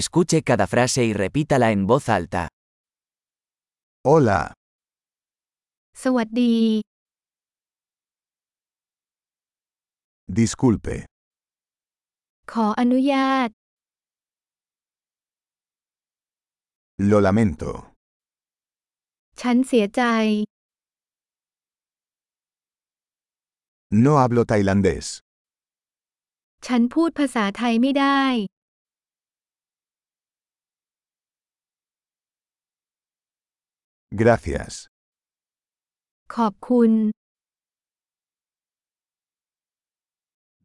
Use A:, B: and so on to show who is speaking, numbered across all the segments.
A: Escuche cada frase y repítala en voz alta.
B: Hola,
C: สวัสดี
B: disculpe,
C: ขออนุญาต
B: lo lamento,
C: ฉันเสียใจ
B: no hablo tailandés,
C: ฉันพูดภาษาไทยไม่ได้
B: gracias,
C: ขอบคุณ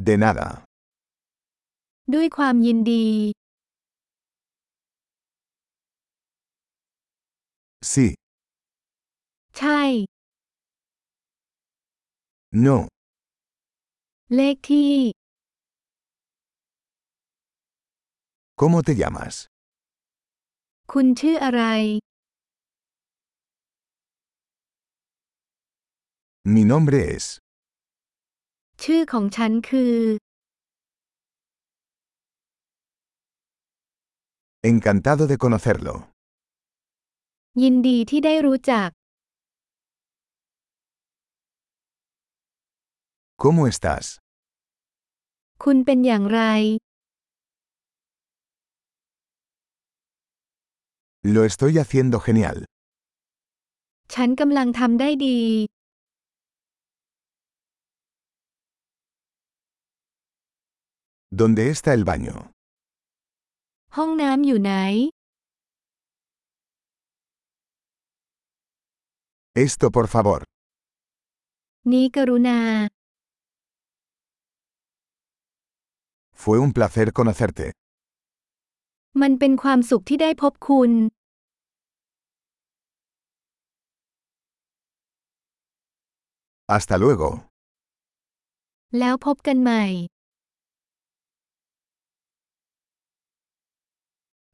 B: de nada,
C: ด้วยความยินดี
B: sí,
C: ใช่
B: no,
C: เลขที่
B: ¿cómo te llamas?
C: คุณชื่ออะไร
B: Mi nombre es,
C: ชื่อของฉันคือ
B: encantado de conocerlo,
C: ยินดีที่ได้รู้จัก
B: ¿cómo estás?
C: คุณเป็นอย่างไร
B: Lo estoy haciendo genial,
C: ฉันกำลังทำได้ดี
B: ¿dónde está el baño?
C: ห้องน้ำอยู่ไหน
B: Esto por favor,
C: นี้กรุณา
B: fue un placer conocerte,
C: มันเป็นความสุขที่ได้พบคุณ
B: hasta luego,
C: แล้วพบกันใหม่